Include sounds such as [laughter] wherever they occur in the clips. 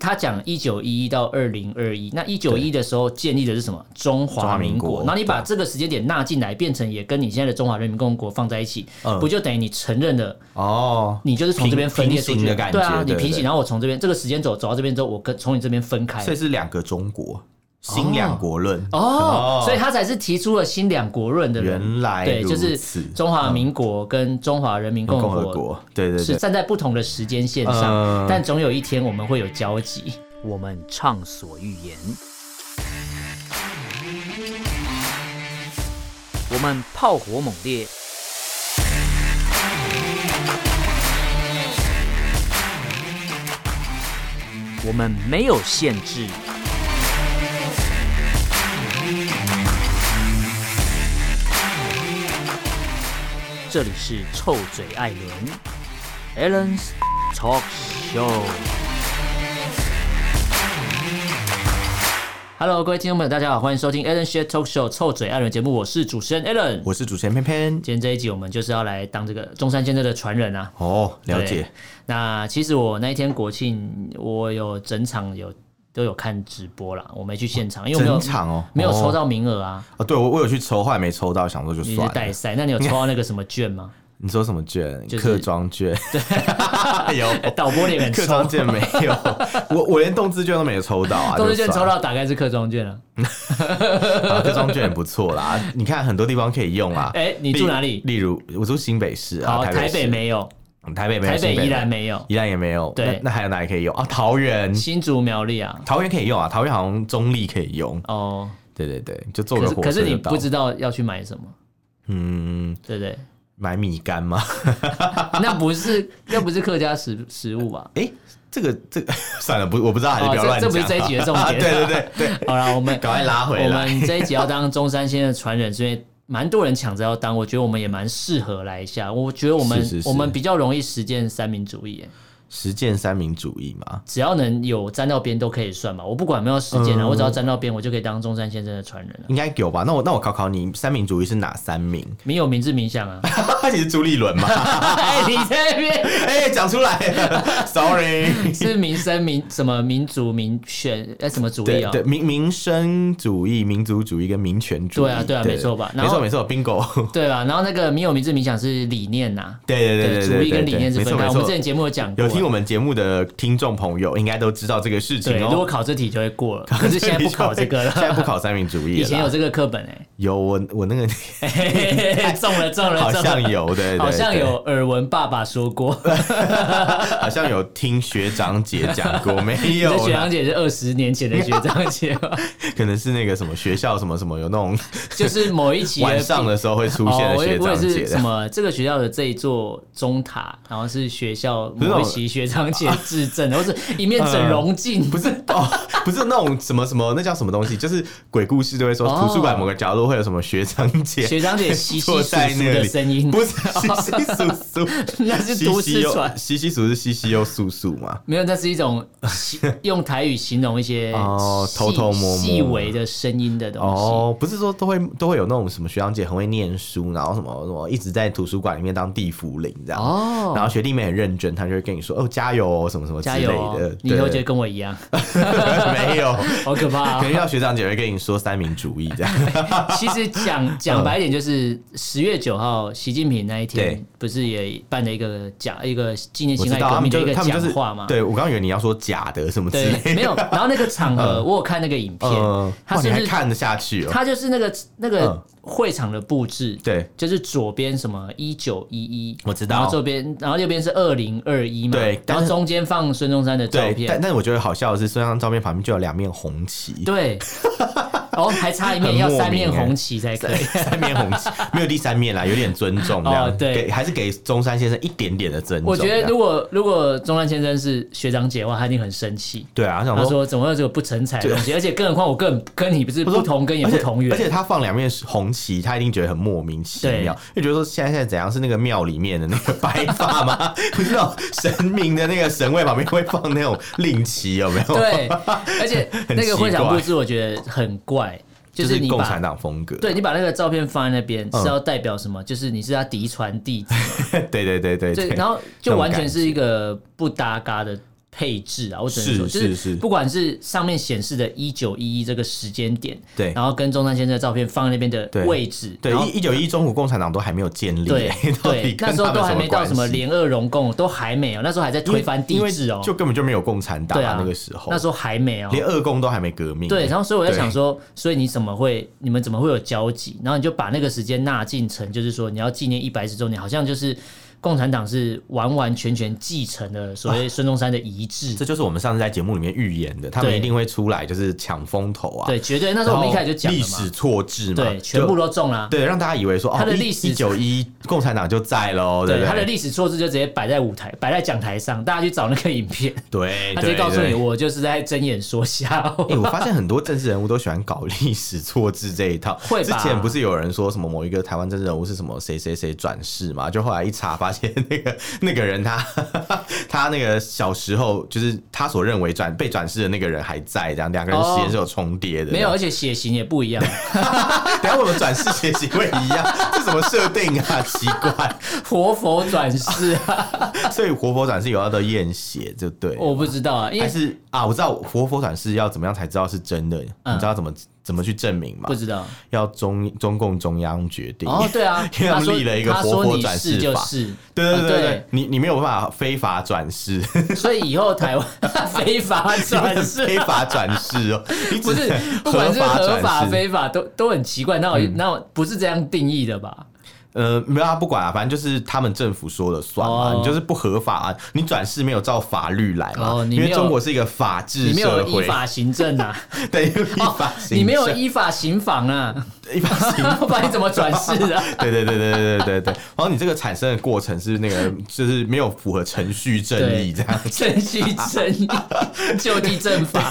他讲一九一一到二零二一，那一九一的时候建立的是什么？中华民中华民国。国那你把这个时间点纳进来，变成也跟你现在的中华人民共和国放在一起，嗯不就等于你承认了？哦，你就是从这边分裂平出平去行的感觉，对啊，你对平对行，然后我从这边这个时间轴走到这边之后，我跟从你这边分开所。以是两个中国，新两国论。哦，所以他才是提出了新两国论的人。原来对，如就此是中华民国跟中华人民共共和和国国，对对是对，站在不同的时间线上嗯，但总有一天我们会有交集。我们畅所欲言；我们炮火猛烈；我们没有限制。这里是臭嘴艾伦 a l l e n s Talk Show。 Hello，各位听众朋友，大家好，欢迎收听 Alan Share Talk Show 臭嘴艾伦节目，我是主持人 Alan。我是主持人偏偏。今天这一集我们就是要来当这个中山先生的传人啊。哦，了对解。那其实我那一天国庆，我有整场有都有看直播啦，我没去现场，因为我没有整场哦没有抽哦到名额啊。哦，对我我有去抽，后来没抽到，想说就你算是了代。赛，那你有抽到那个什么券 [laughs] 吗？你说什么券？就是客庄券？对， [laughs] 有导播脸很客抽庄，券没有？ [laughs] 我我连动资券都没有抽到啊！动资券就抽算了到大概是客庄券了。啊，客庄券也不错啦。你看很多地方可以用啦。哎你住哪里例例如我住新北市啊，好，台北北市，没有，嗯台北没有，台北依新没有然没有，宜兰也没有，对那那还有哪里可以用啊？桃园，新竹苗栗啊。桃园可以用啊，桃园好像中立可以用，哦，对对对，就坐可个是火可车是你就到不知道要去买什么，嗯，对不对？ [laughs] 买米干吗？那不是那不是客家食食物吧？哎，这个这个 [laughs] 算了，不，我不知道，还是哦不要这乱这讲。啊不是这一集的重点 [laughs] 对对对 [laughs] 对，好了，我们赶快拉 [laughs] 回我来。们这一集要当中山先生的传人，所以蛮多人抢着要当，我觉得我们也蛮适合来一下。我觉得我们是是是我们比较容易实践三民主义耶，实践三民主义嘛，只要能有沾到边都可以算嘛。我不管有没有实践啊，嗯我只要沾到边，我就可以当中山先生的传人了。啊应该有吧？那我那我考考你，三民主义是哪三民？ [laughs] 民有民治民享啊！ [laughs] 你是朱立伦吗？哎，你这边哎，讲出来 [laughs] 了 [laughs] ，sorry。是民生民什么民主民选哎什么主义对啊？对，民民生主义、民族主义跟民权主义，对啊对啊没错吧没然后错没错，bingo。 [laughs] 对吧？然后那个民有民治民享是理念呐，对对对对对，主义跟对理念是没分错开。没我错们之前节目有讲过有啊，听我们节目的听众朋友，应该都知道这个事对，情如果哦。考这题就会过 [laughs] 了，可是现在不考这个了，现在不考三 [laughs] 民主义了。以前有这个课本哎、 [laughs] 有我我那个中了中了，好中了像有，[laughs] 对对对好像有耳闻爸爸说过，好像有听学长姐讲过， [laughs] 没 [laughs] 你的有啊学啦长，姐是二十年前的学长姐 [laughs] 吧，可能是那个什么学校什么什么有那种就是某一期晚上的时候会出现哦，的我学也我也长是姐什的。么这个学校的这一座中塔，然后是学校是那某种一期学长姐质证，然后是一面整容镜，不是哦， [laughs] 不是那种什么什么，那叫什么东西？就是鬼故事都会说，哦图书馆某个角落会有什么学长姐学长 [laughs] 姐稀稀坐疏疏在那的里声音，不是 [laughs] 稀稀疏疏， [laughs] 那是都市传稀稀疏是稀稀又素素嘛？没有，那是一种 [laughs] 形用台语形容一些哦细偷偷摸摸细微的声音的东西。哦，不是说都会都会有那种什么学长姐很会念书，然后什么什么一直在图书馆里面当地府灵这样，哦然后学弟妹很认真，他就会跟你说哦加油哦什么什么之加类油的，哦、对你以后 [laughs] 就跟我一样，[laughs] 没有，好可怕、可哦。能啊要学长姐会跟你说三民主义这样，其实 [laughs] 讲讲白一点，就是十月九号，习近平那一天对不是也办了一个讲一个纪念我辛知亥道革他命们的一就个他们就讲是话嘛？对我刚刚以为你要说假的什么之类对，的，没有。然后那个场 [laughs] 合，我有看那个影片嗯，，他哇你是不还是看得下去哦？他就是那个那个嗯会场的布置，对就是左边什么一九一一，我知道然后这边，然后右边是二零二一嘛，对然但后是中间放孙中山的照对，但片，但是我觉得好笑的是，孙中山照片旁边就有两面红旗， [laughs] 对，然后还差一面很要莫三面名欸红旗才可以。三面红 [laughs] 旗，没有第三面啦，有点尊重这样，哦对给还是给中山先生一点点的尊重我这样。觉得如果如果钟南先生是学长姐的话，他一定很生气。对啊，他想他说说：“怎么会有这个不成才的东西？而且更何况我跟跟你不是我说不同根也而不且同源。而且他放两面红旗，他一定觉得很莫名其妙，就觉得说现在现在怎样是那个庙里面的那个白发吗？ [laughs] 不是那种神明的那个神位旁边会放那种令旗，有没 [laughs] 有？，对，而且很那个会场奇怪布置我觉得很怪，就就是是你共把产党风格。对你把那个照片放在那边啊嗯是要代表什么？就是你是他 [laughs] 嫡传弟子， [laughs] 对对对对，对对。然后就那种完全感是一个不搭嘎的配置啊，我只能说，是就是是不管是上面显示的一九一一这个时间点，对然后跟中山先生的照片放在那边的对位置，对然后，一一九一中国共产党都还没有建立，对 [laughs] 到底对，跟那时候他都们还没到关什么系联俄融共，都还没有，那时候还在因为推翻帝因为制哦，就根本就没有共产党对啊啊，那个时候，那时候还没有，哦连二共都还没革命，欸对，然后所以我在对想说，所以你怎么会，你们怎么会有交集？然后你就把那个时间纳进成，就是说你要纪念一百一十周年，好像就是共产党是完完全全继承了所谓孙中山的遗志。啊这就是我们上次在节目里面预言的，他们对一定会出来就是抢风头啊，对，绝对。那时候我们一开始就讲了历嘛，史错置嘛，对，全部就都中啦。对，让大家以为说哦，他的历史一九一共产党就在喽，不对，对？他的历史错字就直接摆在舞台，摆在讲台上，大家去找那个影片，对，他直接哎对告诉你，对我就是在睁眼说瞎 [laughs] 话。哎、我发现很多政治人物都喜欢搞历史错置这一套。 [laughs] 会之吧前不是有人说什么某一个台湾政治人物是什么谁谁谁转世嘛？就后来一查发现那个那个人他他那个小时候就是他所认为转被转世的那个人还在，这样两个人哦时间是有重叠的。没有， [laughs] 而且血型也不一样。等一下我们转世学习会一样，这什么设定啊？ [laughs] 奇怪，活佛转世啊， [laughs] 所以活佛转世有要都验血，就对了。我不知道啊，因还为是啊，我知道活佛转世要怎么样才知道是真的，嗯你知道怎么怎么去证明吗不？知道。要中中共中央决定。哦，对啊，因为他他们说立了一个活他佛说你转是世就法是， [laughs] 对对对对，哦对你你没有办法非法转世，所以以后台 [laughs] 湾非法你 [laughs] 不转能世非法转 [laughs] 世哦，你不只是能，不管是法嗯合法转世。非法都都很奇怪，那我那我不是这样定义的吧？呃，没有啊，不管啊，反正就是他们政府说了算嘛，哦你就是不合法啊，你转世没有照法律来嘛，哦你因为没有中国是一个法你治没社有依会，法行政啊， [laughs] 对，依法行政，你没有依法行房啊， [laughs] 依法行不然你 [laughs] 怎么转世啊？ [laughs] 对对对对对对对对，然后你这个产生的过程是那个，就是没有符合程序正义这样。正序正义，就地正 [laughs] 法，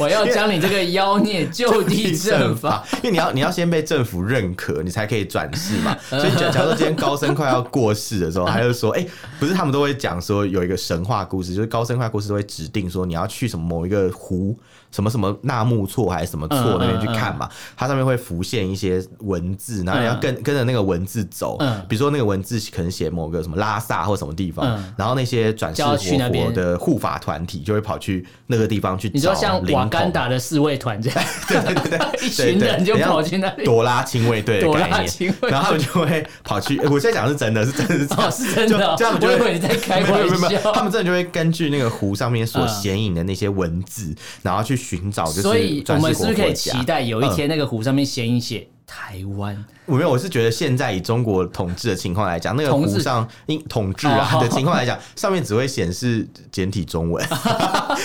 我要将你这个妖孽就地正法。， [laughs] 因为你要你要先被政府认可，你才可以转世嘛。 [laughs] 嗯所以假假如说今天高僧快要过世的时候，他就说，哎、不是他们都会讲说有一个神话故事，就是高僧快故事都会指定说你要去什么某一个湖，什么什么纳木错还是什么错嗯那边嗯去看嘛，它上面会浮现一些文字，然后你要跟、跟着那个文字走，嗯比如说那个文字可能写某个什么拉萨或什么地方，嗯然后那些转世就要去那活佛边的护法团体就会跑去那个地方去找你说像灵瓦干童 [laughs] 达的侍卫团这样，对对对对，一群人就对对跑去那很像里， [laughs] 朵拉亲卫队的朵拉概亲念卫，队然后他们就会跑去。 [laughs] 欸我现在讲的是真的，是真的是这样哦，[laughs] 是真的哦就就他们就会我以为你在开没有没有没玩有笑他们真的就会根据那个湖上面所显影的那些文字，然后去寻找，就是嗯所以我转世们是不国是可国以家嗯期？待有一天那个湖上面写一写台湾？我没有，我是觉得现在以中国统治的情况来讲，那个统湖治上因统治啊哦的情况来讲， [laughs] 上面只会显示简体 [laughs] 中文，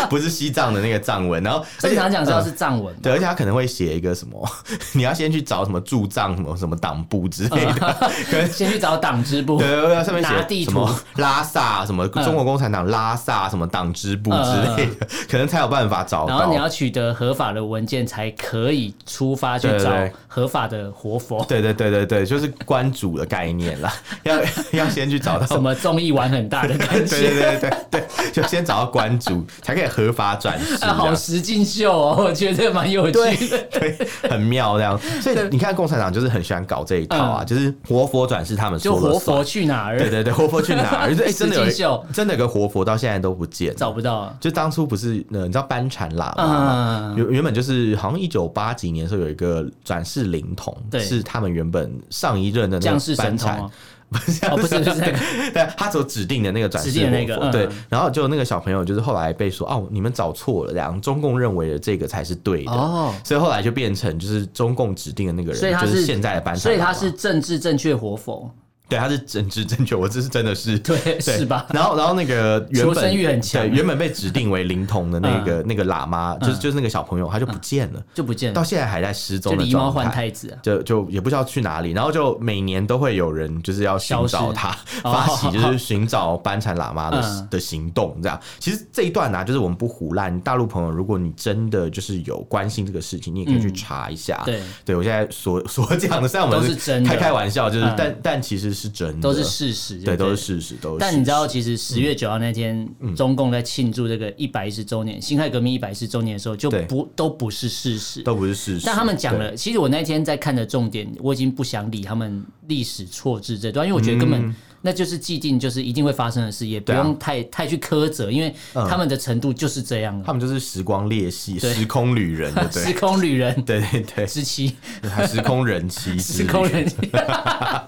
不是西藏的那个藏文。然后而正且常讲知道嗯是藏文嘛，对，而且他可能会写一个什么， [laughs] 你要先去找什么驻藏什么什么党部之类嗯的， [laughs] 可能先去找党支部。对，上面拿写地什图嗯么 [laughs] 拉萨，什么中国共产党拉萨，什么党支部之类的， [laughs] 可能才有办法找嗯然后到你。要取得合法的文件，才可以出发去对对找对合法的活佛。对对对对对，就是关主的概念啦，要要先去找到什么综艺玩很大的 [laughs] 对感对觉，对对对对，就先找到关主，才可以合法转世这啊， [laughs] 好样。实境秀哦，我觉得蛮有趣的。对，很妙这样。所以你看，共产党就是很喜欢搞这一套啊，就是活佛转世，他们嗯就说活了算。佛去哪儿对对对，活佛去哪 [laughs] 儿？就是哎，真的有石敬秀真的有个活佛到现在都不见了，找不到啊？就当初不是，呃，你知道班禅喇嘛吗嗯原、原本就是好像一九八几年的时候有一个转世灵童，对是他们原本上一任的那降个世班神童禅，哦，不是、哦不是不是那个 [laughs] 对，对他所指定的那个转世指定的那个活佛嗯对，然后就那个小朋友就是后来被说哦，你们找错了，这样中共认为的这个才是对的，哦所以后来就变成就是中共指定的那个人，所以他就是现在的班禅喇嘛，所以他是政治正确活佛，对，他是政治正确，我这是真的是对 [laughs] 是吧然后，然后那个原求本生欲很强嗯对，原本被指定为灵童的那个、那个喇嘛，就是就是那个小朋友，他就不见了，就不见到了，现在还在嗯失就踪的狸猫状换态。太子啊。就就也不知道去哪里，然后就每年都会有人就是要寻找他，消失哦 [laughs] 发起 [laughs] 就是寻找班禅喇嘛的、嗯的行动这样。其实这一段呢、啊，就是我们不胡乱，大陆朋友，如果你真的就是有关心这个事情，你也可以去查一下。嗯对对我现在所所讲的，虽然我都们是真的开开玩笑，就是、嗯但但其实是真的，都是事实，对，不都是事实，嗯都是事实。但你知道，其实十月九号那天，中共在庆祝这个一百一十周年、辛亥革命一百一十周年的时候，就对不都不是事实。都不是事实，但他们讲了，其实我那天在看的重点，我已经不想理他们历史错置这段，因为我觉得根本那就是既定就是一定会发生的事，也不嗯对啊嗯用太、太去苛责，因为他们的程度就是这样他了。们就是时光裂隙、对时空旅人，对不时对？空旅人对对对，时期，还时空人妻之时旅，空人， [laughs] 哎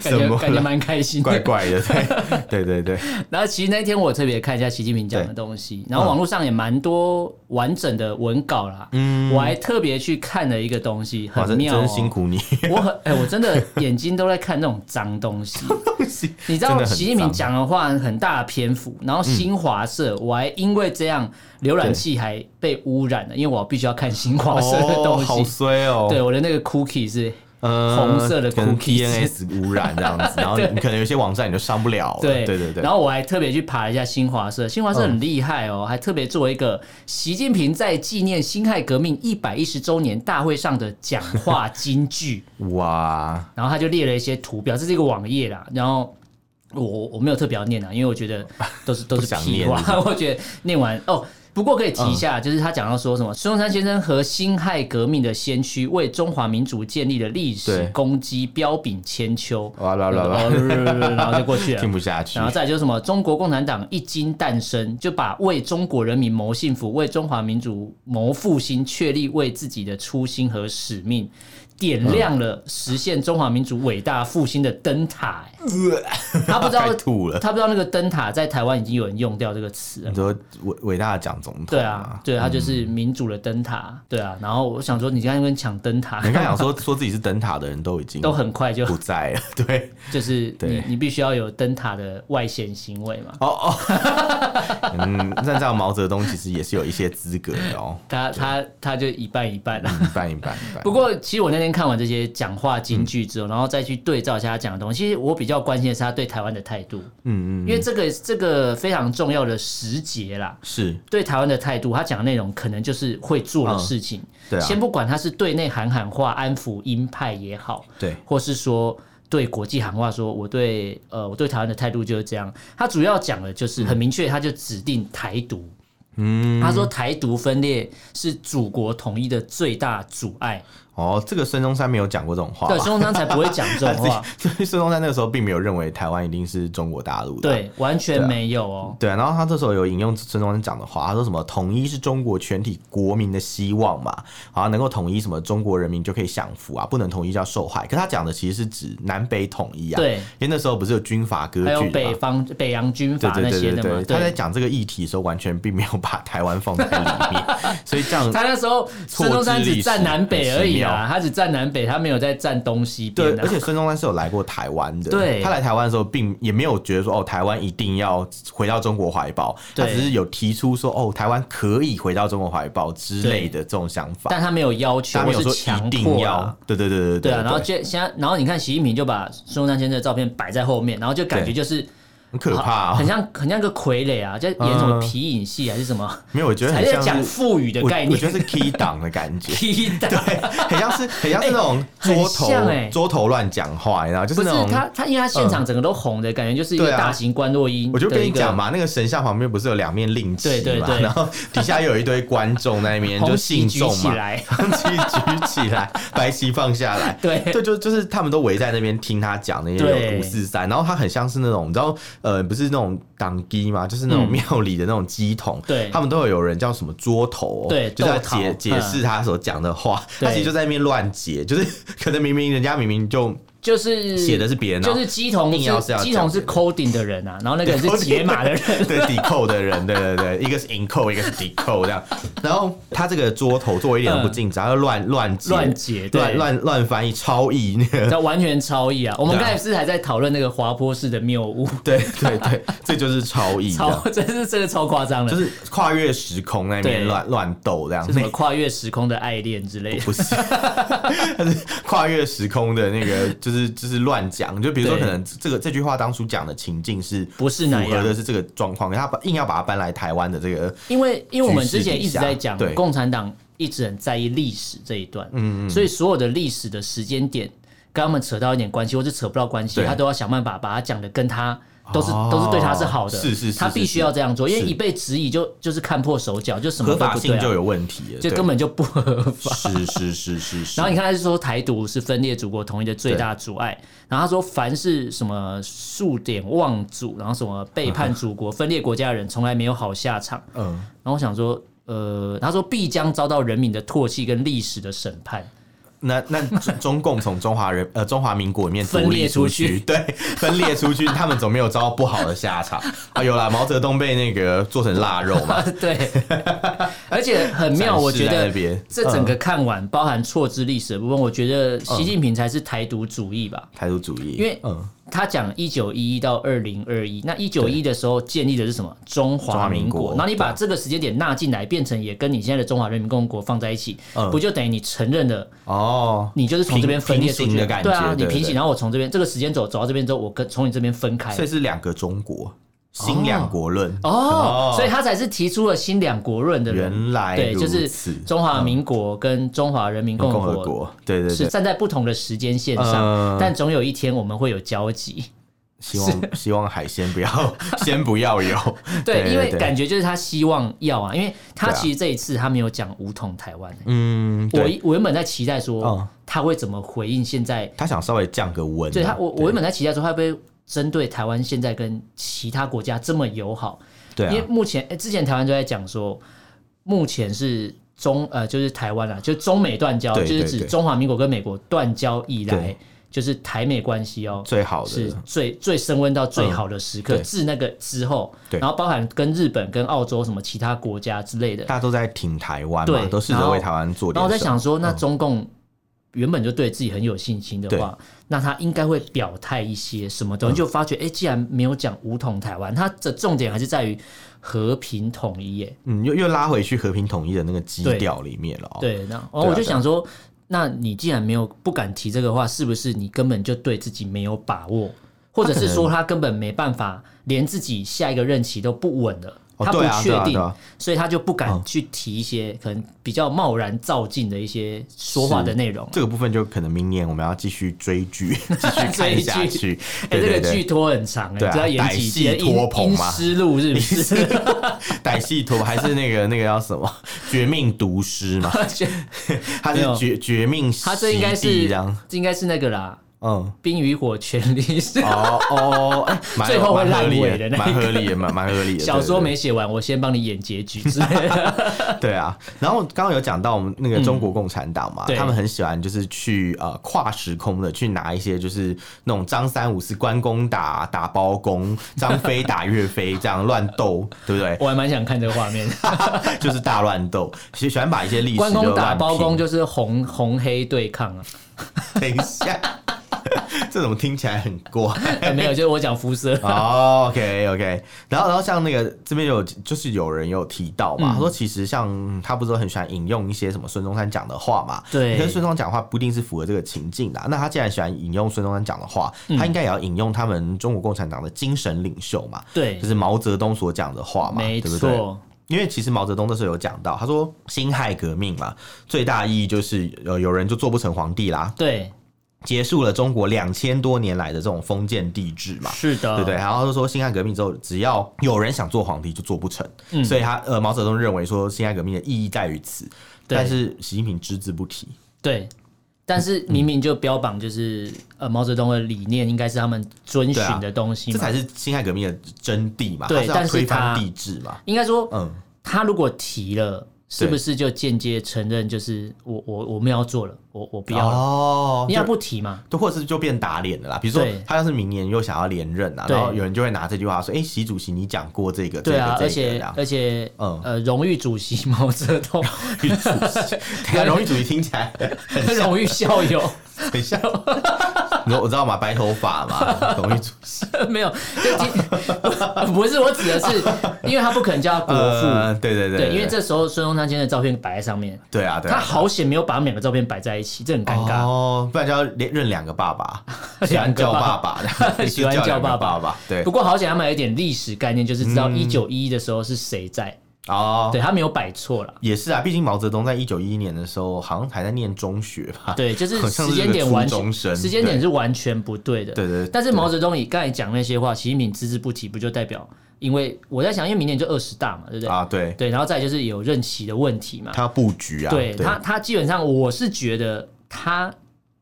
感什觉么啦感觉蛮开心的。怪怪的， [laughs] 对对对对，然后其实那天我特别看一下习近平讲的东西，然后网络上也蛮多完整的文稿啦。嗯，我还特别去看了一个东西，哇，很真妙、哦，真辛。苦你， [laughs] 我很哎、我真的眼睛都在看那种脏东 [laughs] 西。 [laughs] 你知真道的很习近平脏讲的话很大的篇幅，然后新华社、我还因为这样浏览器还被污染了，因为我必须要看新华社的哦，东好西。衰哦，对，我的那个 cookie 是呃，红色的可能 cookies DNS 污染这样 [laughs] 子，然后你可能有些网站你就上不了了，对对对对，嗯然后我还特别去爬了一下新华社，新华社很厉害哦，还特别做一个习近平在纪念辛亥革命一百一十周年大会上的讲话金句， [laughs] 哇，然后他就列了一些图表，这是一个网页啦，然后。我我没有特别要念啊，因为我觉得都 [laughs] 是都是想屁念 [laughs] 是嗯话，我觉得念完哦。不过可以提一下，就是他讲到说什么，孙中山先生和辛亥革命的先驱为中华民族建立了历史对功绩彪炳千秋，哇啦啦啦哦然后就过 [laughs] 去了，听不下去嗯然，后再来就是什么，中国共产党一经诞生，就把为中国人民谋幸福、为中华民族谋复兴，确立为自己的初心和使命，点亮了实现中华民族伟大复兴的灯塔、 [laughs] 欸他不知道快吐了嗯他不知道那个灯塔在台湾已经有人用掉这个词了你。说伟伟大的蒋总统，对啊，，对，嗯他就是民主的灯塔。对啊，然后我想说，你刚才跟抢灯塔，你刚想说说自己是灯塔的人都已 [laughs] 经都很快就不在了，对，就是你对你必须要有灯塔的外显行为嘛。哦哦，嗯，那这样毛泽东其实也是有一些资格的哦，嗯他他他就一半一半啦。一半一半一半，不过，其实我那天看完这些讲话金句之后，然后再去对照一下他讲的东西，其实我比较关心的是他对台湾的态度，嗯嗯因为这个这个非常重要的时节啦。是对台湾的态度，他讲的内容可能就是会做的事情。对啊先不管他是对内喊喊话安抚鹰派也好，对或是说对国际喊话说我对呃我对台湾的态度就是这样。他主要讲的就是很明确，他就指定台独。嗯，他说台独分裂是祖国统一的最大阻碍。哦，这个孙中山没有讲过这种话对，吧孙？中山才不会讲这种 [laughs] 话，所以孙中山那个时候并没有认为台湾一定是中国大陆的啊，对，完全没有哦。对啊，然后他这时候有引用孙中山讲的话，他说什么“统一是中国全体国民的希望嘛，好像能够统一什么中国人民就可以享福啊，不能统一就要受害。”可他讲的其实是指南北统一啊，对因为那时候不是有军阀割还有据北嘛。方北洋军对阀对那对些对的嘛对，，他在对。讲这个议题的时候，完全并没有把台湾放在里 [laughs] 面，所以这样他那时候孙中山只占南北而已很啊，他只占南北，他没有在占东西对边，啊的、而且孙中山是有来过台湾的，对他来台湾的时候，并也没有觉得说哦，台湾一定要回到中国怀抱，他对只是有提出说哦，台湾可以回到中国怀抱之类的这种想法，但他没有要求他或没有是说强一定迫要，啊。对对对对对啊，然后就现在，然后你看习近平就把孙中山先生的照片摆在后面，然后就感觉对就是很可怕、很哦，像很像个傀儡啊，在演什么皮影戏还是什么，没有，嗯我觉得还很在像讲是赋语的我概我念，。觉得是 key 党的感 [laughs] 觉皮带。很像是很像是那种哎很桌头、像哎桌头乱讲话，然后就不是是那种。他，他因为他现场整个都红的感觉，就是一个哦嗯对啊大型关洛音。我就跟你讲，嘛，那个神像旁边不是有两面令旗嘛，对对对然后底下有一堆观众在那 [laughs] 边就红旗信举众起嘛，来，红旗举起 [laughs] 来，白旗放下来，对对，就就是他们都围在那边听他讲那些对五四三，然后他很像是那种，你知道，呃，不是那种党鸡嘛，就是那种嗯庙里的那种鸡桶，对他们都会有人叫什么桌头哦，对就是在豆头解解释他所讲的话，对他其实就在那边乱解，就是可能明明人家明明就就是写的是别人，然就后是鸡童硬要是要鸡童是这 coding 的人啊，然后那个人是对，coding 解码的人， [laughs] 对 decode 的人，对对对，一个是 encode，一个是 decode 这样。然后他这个桌头做一点都不尽职，然后乱乱嗯解乱解对乱乱乱翻译超译 [laughs] 那个。这完全超意啊！我们对啊刚才不是还在讨论那个滑坡式的谬误，对对对，这就是超译，这超样 [laughs] 真是这个超夸张的，啊就是是跨越时空那对边乱乱斗这样什么跨越时空的爱恋之类的。不是， [laughs] 他是跨越时空的那个，就是就是乱讲。就比如说，对可能这个这句话当初讲的情境是不是那样符合的是这个状况，可是他把硬要把它搬来台湾的这个，因为因为我们之前局势一底直下在讲对嗯共产党一直很在意历史这一段，所以所有的历史的时间点跟他们扯到一点关系，或者扯不到关系，对他都要想办法把它讲的跟他都是、哦都是对他是好的，是是是他必须要这样做，因为是一被质疑就就是看破手脚，就什么合都法不对、性啊，就有问题了，就对根本就不合法。是是是是是。然后你看，他是说台独是分裂祖国统一的最大阻碍。然后他说，凡是什么数典忘祖，然后什么背叛祖 [laughs] 国、分裂国家的人，从来没有好下场。嗯，然后我想说，呃，他说必将遭到人民的唾弃跟历史的审判。 [laughs] 那那中中共从中华人呃中华民国里面分独立裂出出去对，分裂出去，他们总没有遭到不好的下场啊？有啦，毛泽东被那个做成腊肉 [laughs] 嘛，对，而且很妙，展示我觉在得那边嗯这整个看完，包含错知历史的部分，我觉得习近平才是台独主义吧。台独主义，因为嗯，他讲一九一一到二零二一，那一九一的时候建立的是什么？中华民中华民国国。然后你把这个时间点纳进来，变成也跟你现在的中华人民共和国放在一起，嗯不就等于你承认了哦，你就是从这边分裂平出平去行的感觉对啊，对你平对行，然后我从这边这个时间轴走到这边之后，我跟从你这边分开所。以是两个中国，新两国论哦，所以他才是提出了新两国论的人。原来对，如就是此嗯中华民国跟中华人民共共和和国国，对对是对，站在不同的时间线上嗯，但总有一天我们会有交集。希望希望海鲜不 [laughs] 要先不要有，对，因为对感觉就是他希望要啊，因为他对啊其实这一次他没有讲武统台湾欸、嗯，我对，一我原本在期待说嗯他会怎么回应现在，他想稍微降个温啊，对他我我原本在期待说他会不会针对台湾现在跟其他国家这么友好，对因为啊，目前、欸之前台湾就在讲说，目前是中呃就是台湾啊，就是中美断交，对就是对指对中华民国跟美国断交以来对，就是台美关系哦，最好是的最最升温到最好的时刻，嗯对自那个之后，对然后包含跟日本、跟澳洲什么其他国家之类的。大家都在挺台湾嘛，对都试然着后为台湾做然点后我在什么。想说，那中共原本就对自己很有信心的话，那他应该会表态一些什么嗯东西，就发觉哎、诶既然没有讲武统台湾，他的重点还是在于和平统一耶。嗯，又又拉回去和平统一的那个基对调里面了、哦。，对，那然后我就想说。那你既然没有不敢提这个话，是不是你根本就对自己没有把握，或者是说他根本没办法，连自己下一个任期都不稳了，哦他不对啊确对啊对定，啊所以他就不敢去提一些、可能比较贸然造进的一些说话的内容啊。这个部分就可能明年我们要继续追 [laughs] 剧，继续看下去。哎、对对这个对剧拖很长哎、对啊只要演几集歹戏拖阴棚嘛阴尸路是不是？歹戏拖还是那个那个叫什么 [laughs] 《绝命毒师》 [laughs] 嘛？他没是有绝绝命 [laughs] 洗地，他这应该是这样，这应该是那个啦， [laughs] 嗯。 《冰与火全力》是哦哦，哎，蛮最后会蛮合烂理尾的那一个蛮合理的，蛮蛮合 [laughs] 理的。小说对对对没写完，我先帮你演结局之类的。 [laughs] 对啊，然后刚刚有讲到我们那个中国共产党嘛，对他们很喜欢就是去呃跨时空的去拿一些就是那种张三五四关公打打包公，张飞打岳飞这样乱斗，对不对？ [laughs] 我还蛮想看这个画 [laughs] 面。就是大乱斗，喜喜欢把一些历史关公就打乱包公拼，就是红红黑对抗啊， [laughs] 等一下， [laughs] 这怎么听起来很怪？哎没有，就是我讲肤 [laughs] 色。哦、o k OK，然后然后像那个这边有就是有人有提到嗯嘛，他说其实像他不是都很喜欢引用一些什么孙中山讲的话嘛，对可是孙中山讲的话不一定是符合这个情境的啊、那他既然喜欢引用孙中山讲的话，嗯他应该也要引用他们中国共产党的精神领袖嘛，对就，是毛泽东所讲的话嘛，没对不对？错，因为其实毛泽东那时候有讲到，他说辛亥革命嘛，最大意义就是呃有人就做不成皇帝啦，对，结束了中国两千多年来的这种封建帝制嘛，是的，对不对？然后他就说辛亥革命之后，只要有人想做皇帝就做不成，嗯所以他呃毛泽东认为说辛亥革命的意义在于此，对但是习近平只字不提。对。但嗯是明明就标榜就是呃毛泽东的理念应该是他们遵对啊循的东西这嘛，才是辛亥革命的真谛嘛，对他但要是推翻他帝制嘛，应该说嗯，他如果提了，是不是就间接承认就是我我我们要做了，我我不要了，哦，你要就不提嘛？就或者是就变打脸了啦，比如说对他要是明年又想要连任啊，对然后有人就会拿这句话说，哎，习主席你讲过这个，对啊，这而个这个且这样而且嗯呃荣誉主席 [laughs] 毛泽东，玉主席， [laughs] 等一下荣誉主席听起来荣誉校 [laughs] 友，[laughs] 很像，你说我知道嘛，白头发嘛，荣誉主席。 [laughs] 没有，就今 [laughs] 不是我指的是，因为他不可能叫他国父，呃，对对对对，因为这时候孙中山先生的照片摆在上面，对啊，对啊，他好险没有把他们两个照片摆在一起，这很尴尬。哦，不然就要连认两个爸 [laughs] 爸，喜欢叫爸爸 [laughs] 的，喜欢叫叫爸爸爸爸，对不，过好险他们有一点历史概念，就是知道一九一一的时候是谁在，嗯哦，对他没有摆错了。也是啊，毕竟毛泽东在一九一一年的时候，好像还在念中学吧？对，就是啊好像时间点完个初中生全，时间点是完全不 [laughs] 对的。对对对但是毛泽东你刚才讲那些话，习近平只字不提，不就代表？因为我在想，因为明年就二十大嘛，对不对对？啊，对，对，然后再就是有任期的问题嘛。他要布局啊，对他，他基本上我是觉得他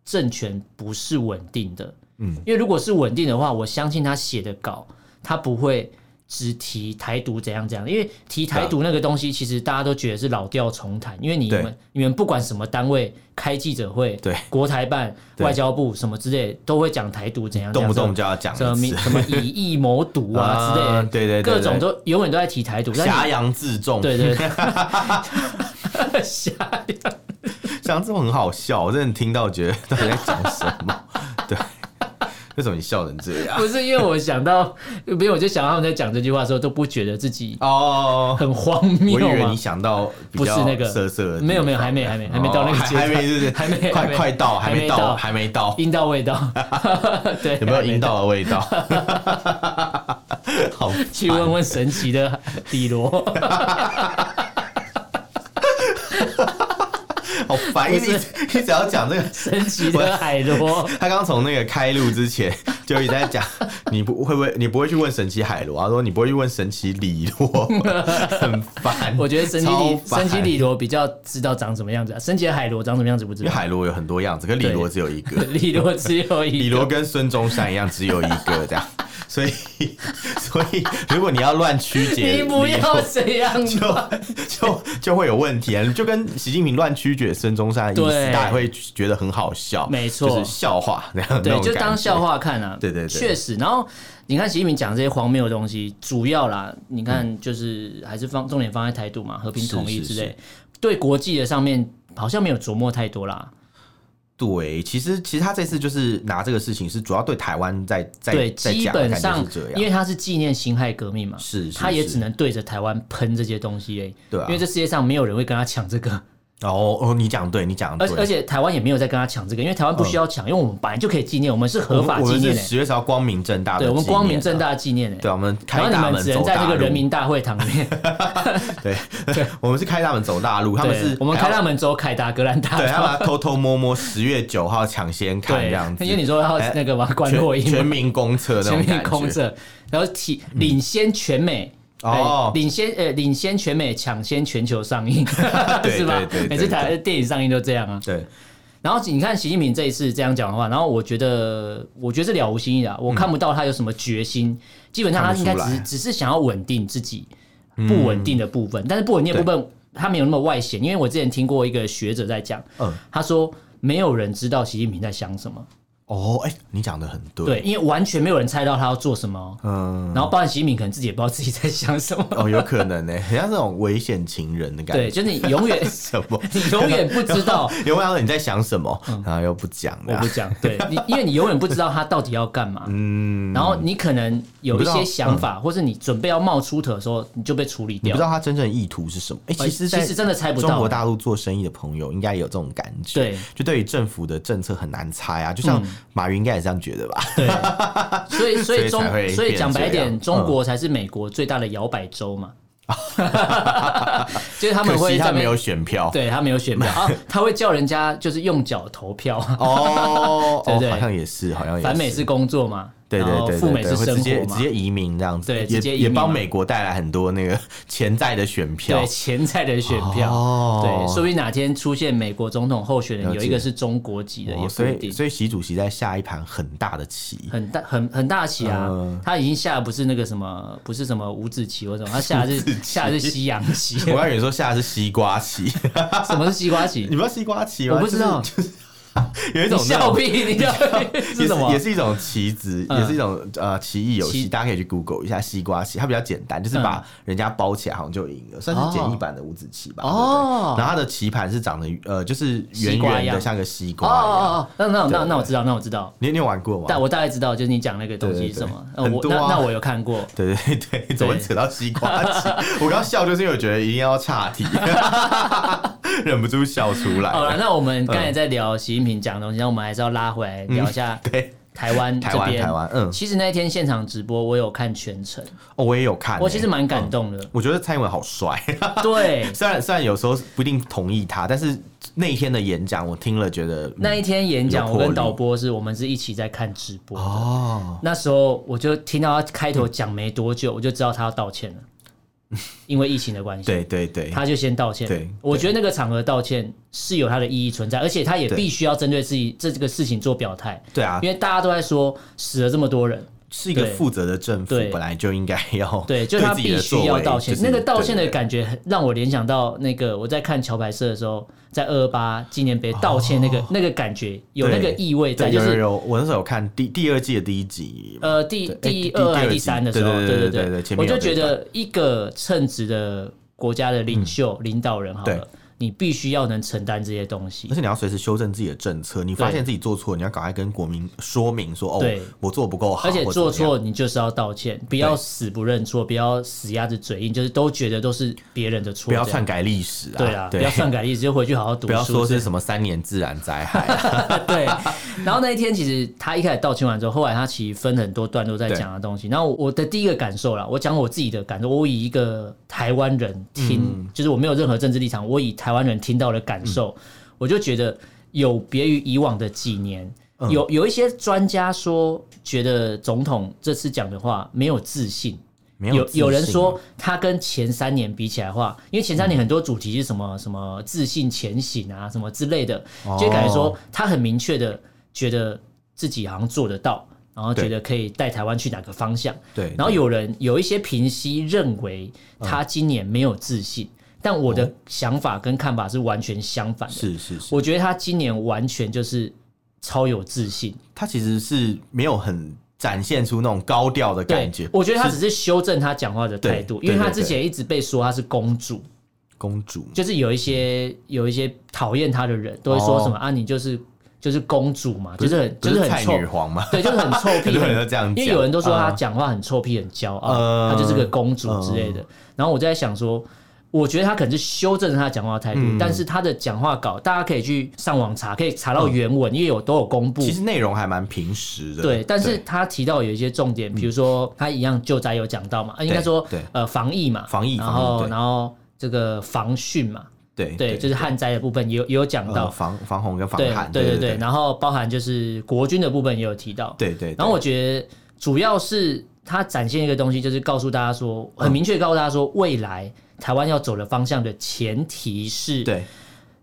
政权不是稳定的，嗯，因为如果是稳定的话，我相信他写的稿，他不会只提台独怎样怎样，因为提台独那个东西，其实大家都觉得是老调重弹，因为你啊对们你们不管什么单位开记者会，对国台办、对外交部什么之类的，都会讲台独怎样怎动样，不动就要讲什么一民次，什么 [laughs] 以疫谋独啊之类的，啊对对对对各种都永远都在提台独，但挟你洋自重，对对 [laughs] 对， [laughs] 瞎呀。像这种很好笑，我真的听到觉得到底在讲什么？ [laughs] 对，为什么你笑成这样？不是因为我想到，没有，我就想到他们在讲这句话的时候都不觉得自己哦，很荒我以谬为吗你？想到比不是较那个色色的地方，没有没有，还没还没还没到那个阶哦还 [laughs] 段，没是还没还快没快到，还没还没到，到还没到，阴道味道， [laughs] 对，有没有还阴道？的 [laughs] 味道？好烦，去问问神奇的底 [laughs] 罗，好烦，一不直是一直要讲这个。神奇的海螺，他刚从那个开录之前就一直在讲， [laughs] 你不会不会，你不会去问神奇海螺，啊他说你不会去问神奇李 [laughs] 罗，很烦。我觉得神奇超底烦神奇底罗比较知道长什么样子啊，神奇的海螺长什么样子不知因为道，海螺有很多样子，可李罗只有一个。里罗只有李一罗个，跟孙中山一样，只有一个这样，所以所以如果你要乱曲 [laughs] 解你李罗，不要这样就就就会有问题啊！就跟习近平乱曲解孙中山的意思，对大家会觉得很好笑， [laughs] 没错就是笑话那样，那对，种就感当觉笑。话看啊。对对对确实。然后你看习近平讲这些荒谬的东西，主要啦，你看就是还是放重点放在台独嘛，和平是统一是之嗯是类，对国际的上面好像没有琢磨太多啦。对，其实其实他这次就是拿这个事情是主要对台湾在在对，在基讲，本感觉上是这因样，为他是纪念辛亥革命嘛，是是他也是只能对着台湾喷这些东西而已。对啊因为这世界上没有人会跟他抢这个，哦哦，你讲对，你讲而对，嗯且而且台湾也没有在跟他抢这个，因为台湾不需要抢，因为我们本来就可以纪念，我们是合法我纪们我念们的是、十月十号光明正大的，对，啊我们光明正。大的纪念的、对，我们然开后大你门们只走能在大这路，个人民大会堂里面， [laughs] 对， [laughs] 我们是开大门走大路，他们对是我们还开要大门走凯达格兰大对，他道，们偷偷摸摸十月九号抢先看这样子，哎因为你说要那个嘛，关洛全英全嘛，民公测那全种面感空觉，着，然后提领先全美。哦哎领先呃，领先全美，抢先全球上映， [laughs] [laughs] 对是吧对对对？每次台电影上映都这样啊。对，然后你看习近平这一次这样讲的话，然后我觉得，我觉得是了无新意的啊，我看不到他有什么决心。基本上他应该只看不出是来只是想要稳定自己不稳定的部分，但是不稳定的部分他没有那么外显，因为我之前听过一个学者在讲，嗯，他说没有人知道习近平在想什么，哦，哎、你讲的很对，对，，因为完全没有人猜到他要做什么，嗯，然后包含习近平可能自己也不知道自己在想什么， [laughs] 哦，有可能呢、很像那种危险情人的感对，觉，就是你永 [laughs] 远什么？你永远不知道，有没有你在想什么？然后又不讲嗯我的、不讲，对你，因为你永远不知道他到底要干嘛，啊嗯，然后你可能有不一知道嗯些想法，或是你准备要冒出头的时候，你就被处理你不掉知。道他真正意图是什么？哎、哎其实其实真的猜不到中国大陆做生意的朋友应该也有这种感觉，对，嗯就对于政府的政策很难猜啊，就像马云应该也这样觉得吧？所以，所以所以才会中，所以变讲白一这点，样嗯中国才是美国最大的摇摆州嘛。 [laughs] 就是他哦可们惜会他在那没有边，选票，对他没有 [laughs] 选票啊，他会叫人家就是用脚投票。哦，对不对哦，好像也是，好像也 [laughs] 是。反美是工作嘛，对对然后对对赴美对是会生直接活嘛直，接移民这样子，对也直接移也民帮嘛美国带来很多那个 [laughs] 潜在的选票对。潜在的选票，哦对，说不定哪天出现美国总统候选人了解有一个是中国籍的，也哦不所一以定。所以习主席在下一盘很大的棋，很大很很大棋啊！嗯他已经下的不是那个什么，不是什么五子棋或什么，他下的五子是棋下的是西洋棋。 [laughs] 我刚以为说下的是西瓜棋，什么是西瓜 [laughs] 你棋？不知道西瓜棋吗？我不知道，就是，就是有一你种那笑种屁！你笑屁也是是什么也？是一种棋子，嗯也是一种呃棋嗯艺游戏，棋大家可以去 Google 一下西瓜棋，它比较简单，就是把人家包起来，好像就赢了，算是简易版的五子棋吧。哦对不对然后它的棋盘是长得呃，就是圆西瓜圆一的，样像个西瓜哦一样。哦哦，那那那那我对知道，那我知道。你你有玩过吗？但我大概知道，就是你讲那个东西是什么。对对对呃很我多那啊那我有看 [laughs] 过，对对对，怎么会扯到西瓜 [laughs] 棋？我刚笑就是因为我觉得一定要岔题， [laughs] 忍不住笑出来好了。了，嗯那我们刚才在聊习近平讲的东西，那我们还是要拉回来聊一下对，台湾嗯 [laughs] 台这湾边。台湾，嗯，其实那一天现场直播，我有看全程，哦，我也有看欸、我其实蛮感动的。我觉得蔡英文好帅， [laughs] 对，虽然虽然有时候不一定同意他，但是那一天的演讲我听了觉得嗯那一天演讲，有我魄跟力导播是我们是一起在看直播的。哦，那时候我就听到他开头讲没多久，我就知道他要道歉了， [laughs] 因为疫情的关系。对对对，他就先道歉。对我觉得那个场合道歉是有它的意义存在，而且他也对必须要针对自己这这个事情做表态，对啊因，为大家都在说死了这么多人，是一个对负责的政府，对本来就应该要 [laughs] 对，就他自己必的作须要为道歉。就是那个道歉的对感觉很让我联想到那个我在看桥牌社的时候，在二八纪念碑道歉那个、那个感觉，有那个意味在，哦就对，有有是有，我那时候有看第第二季的第一集，呃第对哎第第二还第二第集三的时候，对对对对对对前我面有就觉这一得一个称职的国家的领袖、领导人好嗯对了，你必须要能承担这些东西而。且你要随时修正自己的政策，你发现自己做错，你要赶快跟国民说明说，哦对，我做不够好，而且或怎么做样错你就是要道歉，不要死不认错，不要死鸭子嘴硬，就是都觉得都是别人的错，不要这样篡改历史啊，对啊，不要篡改历史，就回去好好读书。 [laughs] 不要说这是样什么三年自然灾害 [laughs] 啊，对，然后那一天其实他一开始道歉完之后，后来他其实分很多段落在讲的东西。然后我的第一个感受啦，我讲我自己的感受，我以一个台湾人听，就是我没有任何政治立场，我以台湾人听到的感受，我就觉得有别于以往的几年。有有一些专家说，觉得总统这次讲的话没有自信，没有自信啊有人说他跟前三年比起来的话，因为前三年很多主题是什么、什么自信前行啊什么之类的，嗯哦就感觉说他很明确的觉得自己好像做得到，然后觉得可以带台湾去哪个方向。对，然后有人有一些平息认为他今年没有自信，但我的想法跟看法是完全相反的。哦是是是，我觉得他今年完全就是超有自信，他其实是没有很展现出那种高调的对感觉，我觉得他只是修正他讲话的态度，对因为他对对之前一直被说他是公主。公主就是有一些有一些讨厌她的人都会说什么、啊，你就是就是公主嘛，就是很哦不就是很蔡臭女，皇嘛， [laughs] 对，就是很臭很屁，多人很都这样讲，因为有人都说她嗯讲话很臭屁，很骄傲，嗯她就是个公主之类的。然后我就在想说。我觉得她可能是修正她讲话态度，嗯但是她的讲话稿大家可以去上网查，可以查到原文，因为有都有公布。嗯其实内容还蛮平实嗯的，对，但是他提到有一些重点，比如说他一样救灾有讲到嘛，啊应该说嗯对呃防疫嘛，防疫然防疫后对然后这个防汛嘛，对对，就是旱灾的部分也有也有讲呃到，防防洪跟防对寒，对对对，然后包含就是国军的部分也有提到，对对，然后我觉得主要是他展现一个东西，就是告诉大家说，很明确告诉大家说，未来台湾要走的方向的前提是对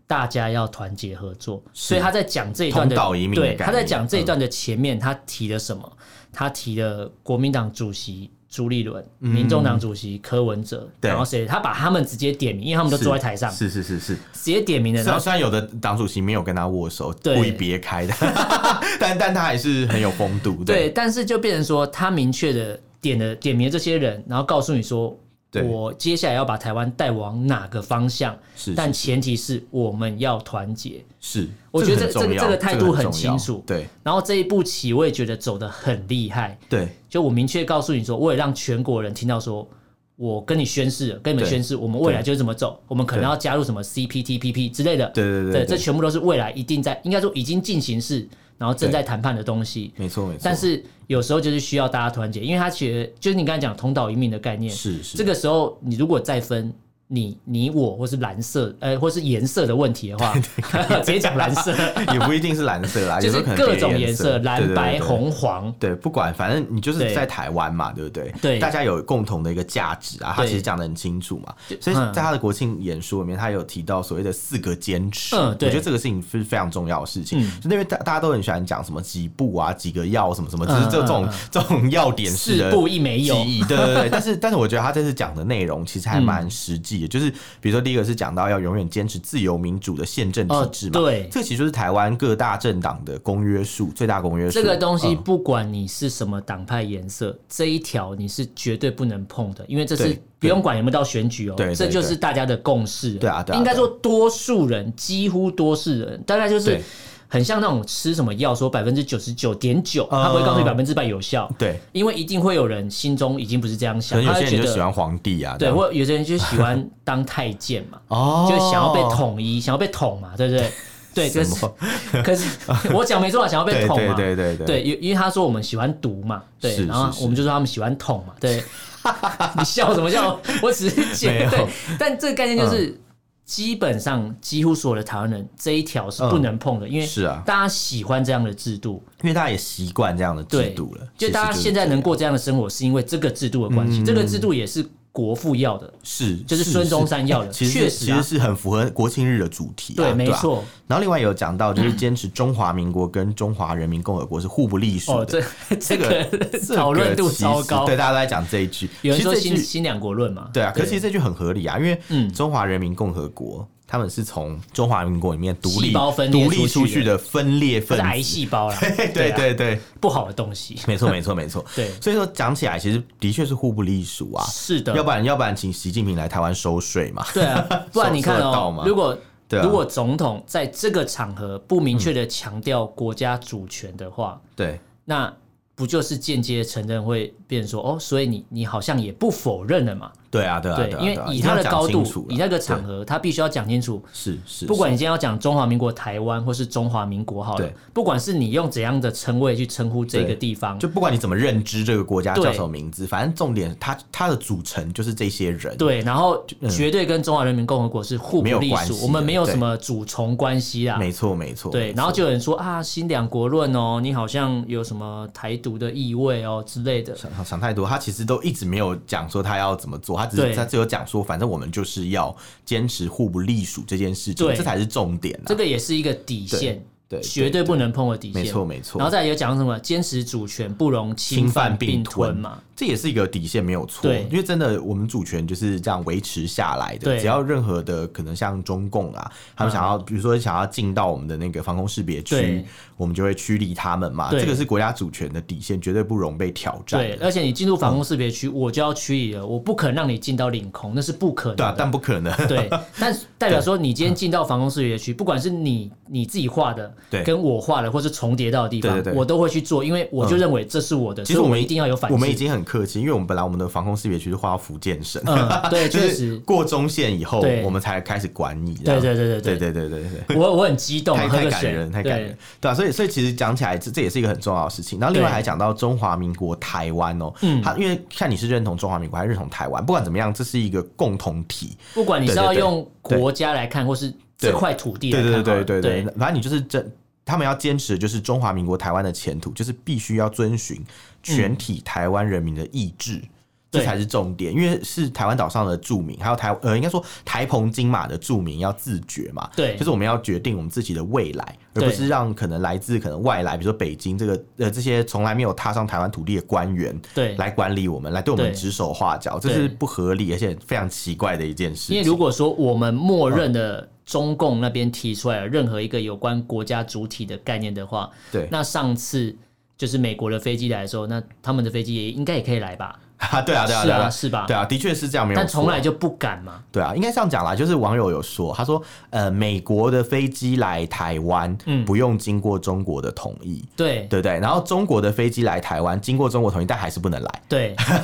大家要团结合作，所以他在讲这一段同道一命的对，概念他在讲这一段的前面，他提了什么？他提了国民党主席朱立伦、民众党主席柯文哲，嗯对然后谁？他把他们直接点名，因为他们都坐在台上，是是是是。啊直接点名了，虽然然后虽然有的党主席没有跟他握手，对故意别开的， [laughs] 但但他还是很有风度。对，但是就变成说他明确的点了点名了这些人，然后告诉你说。对我接下来要把台湾带往哪个方向？是但前提是我们要团结。是，我觉得这很个重要这个态度很很重要清楚对然后这一步棋，我也觉得走得很厉害。对，就我明确告诉你说，我也让全国人听到说，我跟你宣誓了，跟你们对宣誓，我们未来就是怎么走，我们可能要加入什么 CPTPP 之类的。对对对对这全部都是未来一定在，应该说已经进行式，然后正在谈判的东西。没错没错。但是有时候就是需要大家团结，因为他其实就是你刚才讲同岛一命的概念。是是 [laughs] 这个时候，你如果再分你、你我或是蓝色，呃，或是颜色的问题的话， [laughs] 直接讲蓝色，也不一定是蓝色啦，就啊有时是候可能各别种颜颜色，对蓝、对白、对红、黄，对，不管，反正你就是对在台湾嘛，对不对？对大家有共同的一个价值啊，他对其实讲的很清楚嘛。就所以嗯在他的国庆演说里面，他有提到所谓的四个坚持，嗯我对觉得这个事情是非常重要的事情。嗯就那边大大家都很喜欢讲什么几步啊、几个要什么什么，只是嗯这嗯种嗯这种要点式四的步一没有记。忆，对对对。但是但是我觉得他这次讲的内容其实还嗯蛮实际的，就是比如说第一个是讲到要永远坚持自由民主的宪政体哦制嘛，对这其实就是台湾各大政党的公约数，最大公约数。这个东嗯西，不管你是什么党派颜色，这一条你是绝对不能碰的，因为这是对不用管有没有到选举哦对，对这就是大家的共识了。对啊对啊应该说多数人，几乎多数人，大概就是对很像那种吃什么药，说百分之九十九点九，嗯他不会告诉你百分之百有效，对。因为一定会有人心中已经不是这样可想，能有他些会人觉就喜得欢皇帝啊，这对，样或有些人就喜欢当太监嘛，哦就想要被，统一，想要被统嘛，对不对？对，可是 [laughs] 什么可是 [laughs] 我讲没错啊，想要被对捅对嘛，对对对对，因因为他说我们喜欢读嘛，对，是然后是是我们就说他们喜欢捅嘛， [laughs] 对。 [laughs] 你笑什么笑？我只是没解有嗯对，但这个概念就是、基本上几乎所有的台湾人这一条是不能碰的，因为嗯是啊大家喜欢这样的制度，因为大家也习惯这样的制对，度了，就其实大家是现在能这样嗯过这样的生活，是因为这个制度的关系，这个制度也是国父要的，是就是孙中山要的其实 [laughs] 确是实其啊实是很符合国庆日的主题啊，对，没吧错。嗯然后另外有讲到，就是坚持中华民国跟中华人民共和国是互不隶属哦，的。这 [laughs] 这个个这个讨论度其实超高对，，大家都在讲这一句。有人其实说这新句新两国论嘛，对啊，可是其实这句很合理啊，因为嗯中华人民共和国他们是从中华民国里面独立细胞分裂独立出出去去的分裂它分是啊癌子。细胞啦， [laughs] 对对对啊对对，不好的东西，没错没错没错。对所以说讲起来，其实的确是互不隶属啊。是的，要不然要不然，请习近平来台湾收税嘛？对 [laughs] 啊，不然你看收得到哦吗，如果对啊如果总统在这个场合不明确的强调国家主权的话，对，那不就是间接承认会变成说哦，所以你你好像也不否认了嘛？对啊，对啊，对，啊因为对啊以一定他要的讲高清度楚，啦以那个场合，他必须要讲清楚。是是，不管你今天要讲中华民国台湾，或是中华民国好了对，不管是你用怎样的称谓去称呼这个对地方，就不管你怎么认知这个国家对叫什么名字，反正重点它它的组成就是这些人。对，然后绝对跟中华人民共和国是互不嗯没有隶关属系，的我们没有对什么主从关系啦。没错没错。啊对，没错然后就有人说啊，新两国论哦，你好像有什么台独的意味哦之类的。想想太多，他其实都一直没有讲说他要怎么做，他只是对他只有讲说，反正我们就是要坚持互不隶属这件事情，对这才是重点啊。这个也是一个底线，对绝对不能碰的底线。没错没错然后再来有讲什么坚持主权不容侵犯犯并吞嘛，这也是一个底线，没有错。对因为真的，我们主权就是这样维持下来的。对只要任何的可能，像中共啊，他们想要，比如说想要进到我们的那个防空识别区对，我们就会驱离他们嘛。对这个是国家主权的底线，绝对不容被挑战对，的。嗯而且你进入防空识别区，我就要驱离了，我不可能让你进到领空，那是不可能对啊，的。但不可能。 [laughs] 对，但代表说你今嗯天进到防空识别区，不管是你你自己画的对，跟我画的，或是重叠到的地方，对对对嗯我都会去做，因为我就认为这是我的， [laughs] 其所以实我们一定要有反制。我们已经很客气，因为我们本来我们的防空识别区是划到福建省，嗯，对， [laughs] 就确是实，过中线以后，对我们才开始管你这对样。对对对对对，对对对对。我我很激动，太喝太个感水人，太感对人，对啊，所以所以其实讲起来，这这也是一个很重要的事情。然后另外对还讲到中华民国台湾哦，嗯他因为看你是认同中华民国还是认同台湾，不管怎么样，这是一个共同体。不管你是对对要对用国家来看，或是这块土地来对看好对了，对对对，反正你就是真，他们要坚持的就是中华民国台湾的前途，就是必须要遵循全体台湾人民的意志。嗯这对才是重点，因为是台湾岛上的住民，还有台呃，应该说台澎金马的住民要自觉嘛，对就是我们要决定我们自己的未来，而对不是让可能来自可能外来，比如说北京这个呃这些从来没有踏上台湾土地的官员对来管理我们，来对我们对指手画脚，这是对不合理而且非常奇怪的一件事情。因为如果说我们默认的中共那边提出来了任何一个有关国家主体的概念的话，对那上次就是美国的飞机来的时候，那他们的飞机也应该也可以来吧？啊， [laughs] 对啊，对啊，是对啊啊，是吧对啊，的确是这样，没有错。但从来就不敢嘛。对啊，应该这样讲啦，就是网友有说，他说，呃，美国的飞机来台湾，嗯不用经过中国的同意，对对不对？然后中国的飞机来台湾，经过中国同意，但还是不能来， [laughs] 对， [laughs]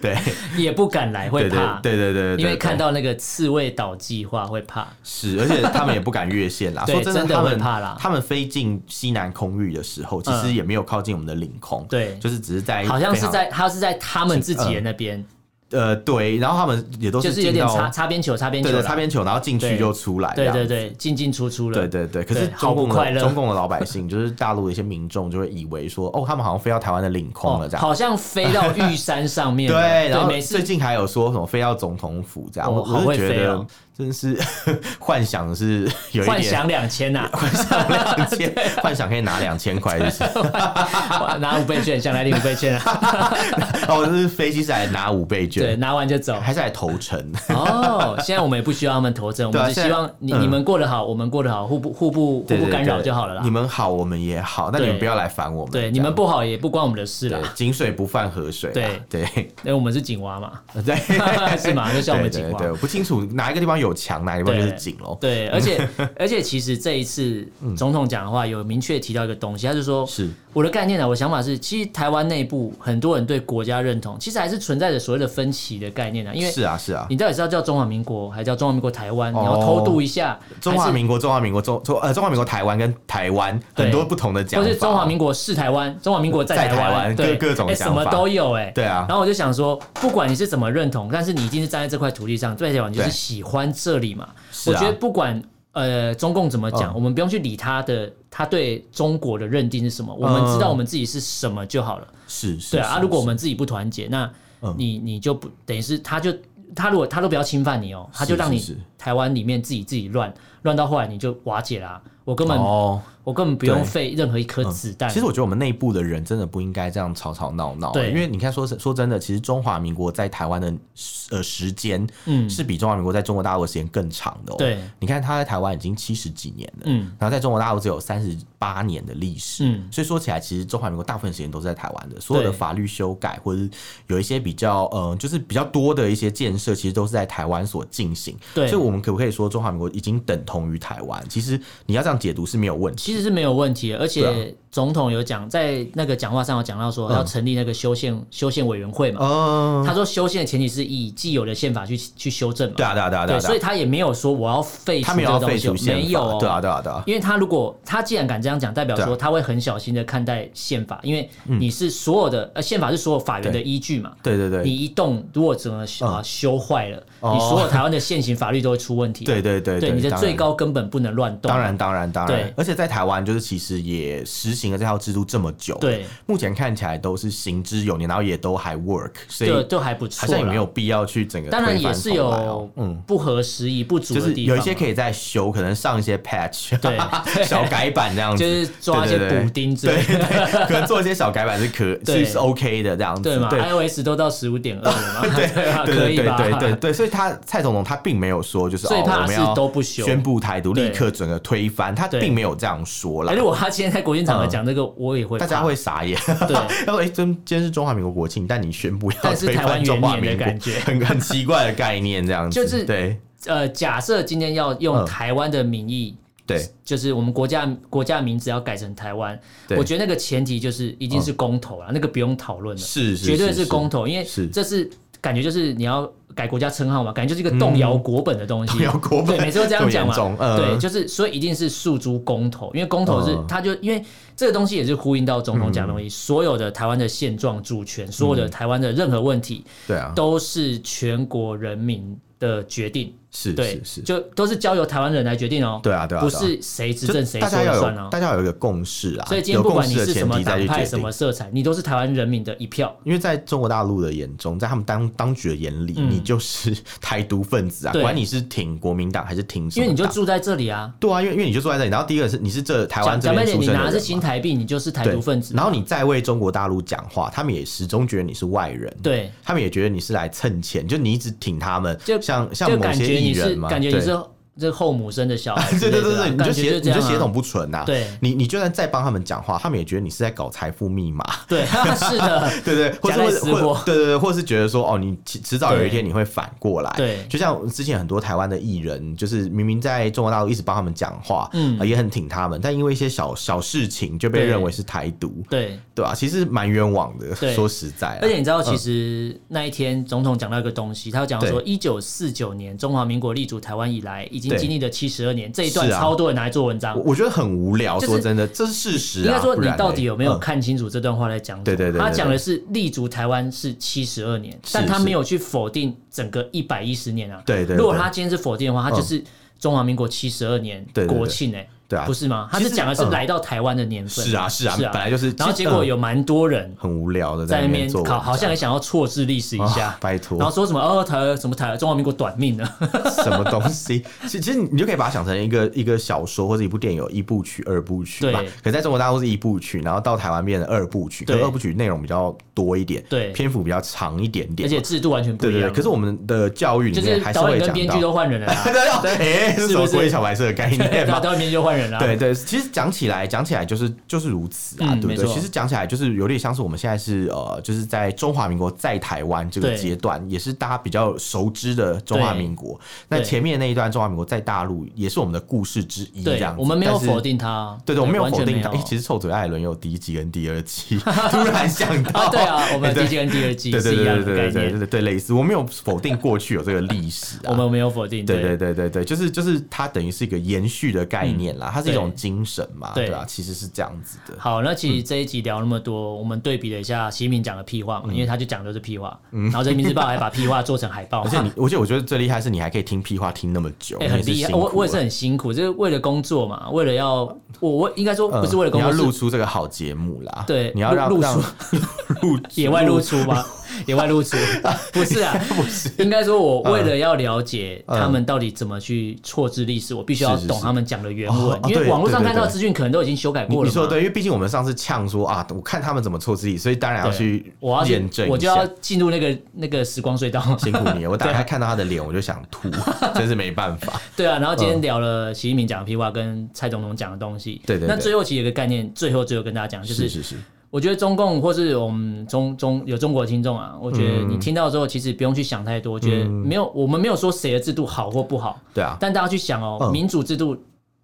对，也不敢来，会对对怕。对对对对对，因为对看到那个刺猬岛计划会怕，是，而且他们也不敢越线啦。 [laughs] 对说真的，真的他们会怕啦他们飞进西南空域的时候，其实嗯也没有靠近我们的领空，对就是只是在好像非是常在他是在他们自己的那边，呃对，然后他们也都就是是有进点到擦擦边球，擦边对球对啦，擦边球，然后进去对就出来，对这样对对，进进出出了，对对对，可是对中好不共快的乐中共的老 [laughs] 百姓，就是大陆的一些民众，就会以为说，哦，他们好像飞到台湾的领空了哦这，样。好像飞到玉山上面了， [laughs] 对，然后每最次近还有说什么飞到总统府这样，哦我好我会是觉飞得哦真是 [laughs] 幻想是有一幻点想两千 [laughs] 呐，[laughs] 两千，幻想可以拿两千块，就是拿五倍券，想来领五倍券啊， [laughs] 哦，这是飞机是来拿五倍对，券，拿完就走。还是来投诚？哦，现在我们也不需要他们投证，我对啊们只现在希望你嗯你们过得好，我们过得好，互不互不互对不对干扰对就好了啦你。们好，我们也好，但你对们不要来烦我们。对，你们不好也不关我们的事这样啦，对井水不犯河水啦。对因为我们是井蛙 [laughs] 嘛，对对，是吗就像我们对井蛙对，我不清楚哪一个地方有墙，哪一个地方就是井喽。 [laughs] 对，而且而且其实这一次总统讲的话有明确提到一个东西，他就说是我的概念呢、啊我的想法是，其实台湾内部很多人对国家认同，其实还是存在着所谓的分歧的概念啊。因为是啊是啊，你到底是要叫中华民国，还是叫中华民国台湾？你要偷渡一下，哦中华还是民国中华民国中中呃中华民国台湾跟台湾对很多不同的讲或法，是中华民国是台湾，中华民国在在台台湾对各各种哎想什么法都有哎、对啊然后我就想说，不管你是怎么认同，但是你一定是站在这块土地上，最起码你就是对喜欢这里嘛。是我啊觉得不管呃中共怎么讲，嗯我们不用去理他的他对中国的认定是什么，我们知嗯道我们自己是什么就好了。是是对啊，啊是如果我是们自己不团结，那嗯你你就不等于是他就他如果他都不要侵犯你哦，他就让是你是台湾里面自己自己乱乱到后来你就瓦解啦、我根本哦，我根本不用对嗯费任何一颗子弹。其实我觉得我们内部的人真的不应该这样吵吵闹闹，对因为你看说说真的，其实中华民国在台湾的时呃时间，嗯是比中华民国在中国大陆的时间更长的、哦。对，你看他在台湾已经七十几年了，嗯然后在中国大陆只有三十八年的历史，嗯所以说起来，其实中华民国大部分时间都是在台湾的，所有的法律修改或者是有一些比较呃，就是比较多的一些建设，其实都是在台湾所进行。对所以我们可不可以说中华民国已经等同于台湾？其实你要这样解读是没有问题。其实是没有问题的，而对啊且总统有讲，在那个讲话上有讲到说嗯要成立那个修宪修宪委员会嘛。嗯，他说修宪的前提是以既有的宪法去去修正嘛。对啊，对啊，对啊，对对，啊，所以他也没有说我要废除他没这有个要东废西哦除，宪法，没有哦。对啊，对啊，对啊，因为他如果他既然敢这样讲，代表对说啊嗯他会很小心的看待宪法，因为你是所有的、呃，宪法是所有法源的对依据嘛。对对对，你一动，如果整个啊嗯修坏了，哦你所有台湾的现行法律都会出问题。啊 [laughs] 对对对对，你的当最然高根本不能乱动。啊当然，当然，当然对，而且在台湾就是其实也实行了这套制度这么久，对，目前看起来都是行之有年，然后也都还 work，所以就就还不错好啦。像也没有必要去整个当然推也翻是重来哦有不合时宜、不足就的是地有方嘛，啊一些可以再修，可能上一些 patch，对 [laughs] 小改版这样子，就是抓一些对对对补丁之类对的。对对，可能做一些小改版是可 [laughs] 对是是 OK 的这样子， [laughs] 对嘛 [laughs] 对？iOS 都到十五点二了嘛， [laughs] 对吧？ [laughs] 对可对以吧？对对 [laughs] 对对，所以他蔡总统他并没有说就是所以哦怕我是们要都不修宣布台独，对立刻整个推翻，他对并没有这样说啦哎。如果他今天在国庆场合讲这个，我也会怕，嗯大家会傻眼，对 [laughs] 然后哎，今今天是中华民国国庆，但你宣布要但是推台湾翻中华元年民的国感觉， [laughs] 很很奇怪的概念，这样子就是对呃，假设今天要用嗯台湾的名义，对就是我们国家国家名字要改成台湾，对哦我觉得那个前提就是一定是公投啦，那个不用讨论了，是是绝对是是公投，因为是这是感觉就是你要改国家称号嘛，感觉就是一个动摇国本的东西，嗯动摇国本对，每次都这样讲嘛 [laughs] 这么严重，呃对，就是所以一定是诉诸公投，因为公投是嗯它就因为这个东西也是呼应到总统讲的东西，所有的台湾的现状主权，所有嗯的台湾的任何问题对啊，都是全国人民的决定。是对是，是。就都是交由台湾人来决定哦。对啊对啊不对啊是谁执就政谁大说家了要算有哦。大家要有一个共识啊，所以今天有不共管你识的是什前么提再党去派、决什定么。色彩，你都是台湾人民的一票。因为在中国大陆的眼中，在他们当当局的眼里，嗯你就是台独分子啊，对管你是挺国民党还是挺什因么党，为你就住在这里啊，对啊，因为因为你就坐在这里，然后第一个是你是这台湾讲这讲白边点，出你生拿的的是人新嘛，台币，你就是台对独分子。然后你再为中国大陆讲话，他们也始终觉得你是外人，对，他们也觉得你是来蹭钱，就你一直挺他们，就像像就某感觉些艺你人是嘛，感觉你对 [laughs] 是这后母生的小孩之对类的对对啦，对，你感就觉协这你样就啊协同不纯呐、对你你就算再帮他们讲话，他们也觉得你是在搞财富密码，对， [laughs] 是的，对对，或夹带是私货或对对对，或是觉得说哦，你迟迟早有对一天你会反过来，对就像之前很多台湾的艺人，就是明明在中国大陆一直帮他们讲话，嗯呃也很挺他们，但因为一些小小事情就被对认为是台独， [laughs] 对。对啊，其实蛮冤枉的，对说实在啊，而且你知道，其实那一天总统讲到一个东西，他有讲到说，一九四九年中华民国立足台湾以来，已经对经历了七十二年，这一段是啊超多人拿来做文章我。我觉得很无聊，就是说真的，这是事实应啊。该说，不你然嘞到底有没有嗯看清楚这段话在讲什么？对对对对他讲的是立足台湾是七十二年，是但他是没有去否定整个一百一十年啊。对对对如果他今天是否定的话，他就是中华民国七十二年对对对国庆哎，对啊不是吗？他其是实讲的是嗯来到台湾的年份。是啊是啊，是啊本来就是，然后其结实果嗯有蛮多人很无聊的在那那边边做文考，章，好像也想要错置历史一下啊，拜托然后说什么哦台什么台中华民国短命呢？ [laughs] 什么东西？其其实你就可以把它想成一个一个小说或者一部电影，有一部曲、二部曲对吧。可在中国大陆是一部曲，然后到台湾变成二部曲，可对二部曲内容比较多一点，对篇幅比较长一点 [laughs] 点而嘛，且制度完全不对一对样对。了。可是我们的教育里就是面还是导会演讲跟到， [laughs] 编剧都换人了啦，哎，是是什不么是国语小白色的概念对啊吗？导演编剧都换人人啦、对对，其实讲起来，讲起来就是就是如此啊，嗯对不没对？错其实讲起来就是有点像是我们现在是呃，就是在中华民国在台湾这个对阶段，也是大家比较熟知的中华民国。那对前面那一段中华民国在大陆也是我们的故事之一，这对样，子我们没有但是否定他啊，对对，我没有完全否定没它。有哎、其实臭嘴艾伦有第一季跟第 [laughs] 二季，突然想到，啊，对 [laughs] 啊，我们哎第一季跟第二季 [laughs] 对是对一对样的对对概对念，啊对对对，类似，我没有否定过去有这个历史啊。 [laughs] 我们没有否定，对对对对对，就是就是它等于是一个延续的概念啦，它是一种嗯对精神嘛，对啊对啊？其实是这样子的。好，那嗯其实这一集聊那么多，我们对比了一下习近平讲的屁话嗯嘛，因为他就讲的都是屁话，然后这《人民日报》还把屁话做成海报 [laughs] 而嘛，且你，而且我觉得最厉害是你还可以听屁话听那么久， [laughs] 哎、你也很是厉害，辛苦欸我我也是了很辛苦，就是为了工作嘛，为了要我我应该说不是为了工嗯作，你要露是出这个好节目啦。对你要让露露让 [laughs] 露野外露出 [laughs] 吗？野外露出不是啊，不是，应该说我为了要了解他们到底怎么去错置历史，我必须要嗯是是懂是他们讲的原文哦，哦因为对网络上对对看到的对资讯可能都已经修改你过了嘛。你说的对，因为毕竟我们上次呛说啊，我看他们怎么错自己，所以当然要对去啊我要验去证，一我就下。要啊进入那个那个时光隧 [laughs] 道。辛苦 [laughs] 你了，我打开看到他的脸，我就想吐，真是没办法。对啊，然后今天聊了习近平讲的屁话跟蔡总统讲的东西。哦对对那对最后其实有一个概念，最后最后跟大家讲，就是是是，我觉得中共或是我们中中有中国的听众啊，我觉得嗯你听到之后，其实不用去想太多，我觉得没有我们没有说谁的制度好或不好，对啊，但大家去想哦，嗯民主制度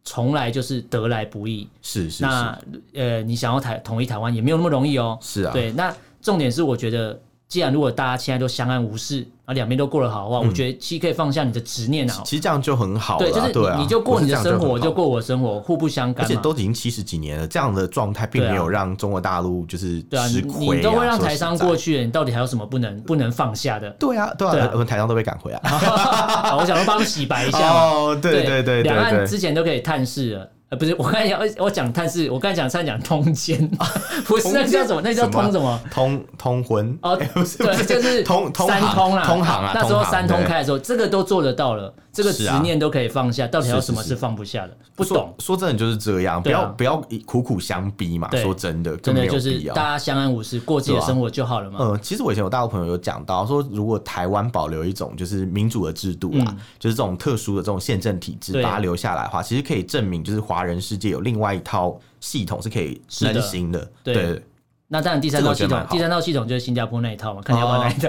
从来就是得来不易。是是是，那呃，你想要台统一台湾也没有那么容易哦。是啊，对，那重点是我觉得，既然如果大家现在都相安无事，啊，两边都过得好的话，我觉得其实可以放下你的执念啊。其实这样就很好对，了就啦，是你嗯啊，你就过你的生活，我我是这样就很好。过我的生活，互不相干而嘛。且都已经七十几年了，这样的状态并对啊没有让中国大陆就是对啊，你吃亏、你都会让说台实商在？过。去，你到底还有什么不能不能放下的 [laughs] 对啊，对啊，对啊哦我们台商都被赶 [laughs] 回来。好我想说帮你洗白一下嘛。 [laughs] 哦，对对对两对岸对，之前都可以探视了。呃，不是，我刚才讲，我讲探视，我刚才讲差点讲通奸，啊 [laughs] 不是那叫什么？那叫通什么？通通婚哦啊哎不是不对，是就是通通三航通啦，通航啊，那时候通航三通对开的时候，这个都做得到了，这个是执啊念都可以放下，到底还有是是什么是是放不下的？不说懂，说真的就是这样，不对啊要不要苦苦相逼嘛。对说真的，真更的没有就是必要大家相安无事，过自己的对啊生活就好了嘛。嗯，其实我以前有大陆朋友有讲到说，如果台湾保留一种就是民主的制度啦，就是这种特殊的这种宪政体制，嗯对把它留下来的话，其实可以证明就是华人世界有另外一套系统是可以是的人行的。对对那当然，第三套系这个我觉得统蛮，好哦第三套系统就是新加坡那一套嘛，看你要不要那一套。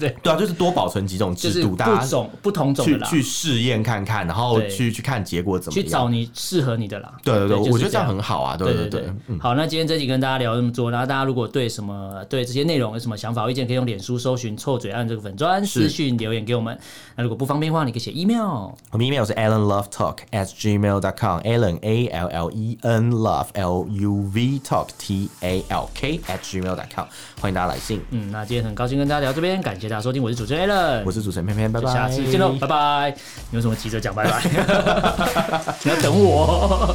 对，对啊，就是多保存几种就制是度，不大家种不同种的去啦，去试验看看，然后对去去看结果怎么去找样。你适合你的啦。对对对，就是我觉得这这样很好啊。对对对对，好，那今天这集跟大家聊这么多，然后大家如果对什么对这些内容有什么想法或意见，可以用脸书搜寻“臭嘴案”这个粉砖是私讯留言给我们。那如果不方便的话，你可以写 email。我们 email 是 allenlovetalk at gmail dot com allen a l l e n love l u v E talk t a l k at gmail dot com，欢迎大家来信。嗯，那今天很高兴跟大家聊这边，感谢大家收听，我是主持人 Alan，我是主持人偏偏，拜就拜，下次见喽，拜拜。你有什么急着讲拜 [laughs] 拜？你要等我哦。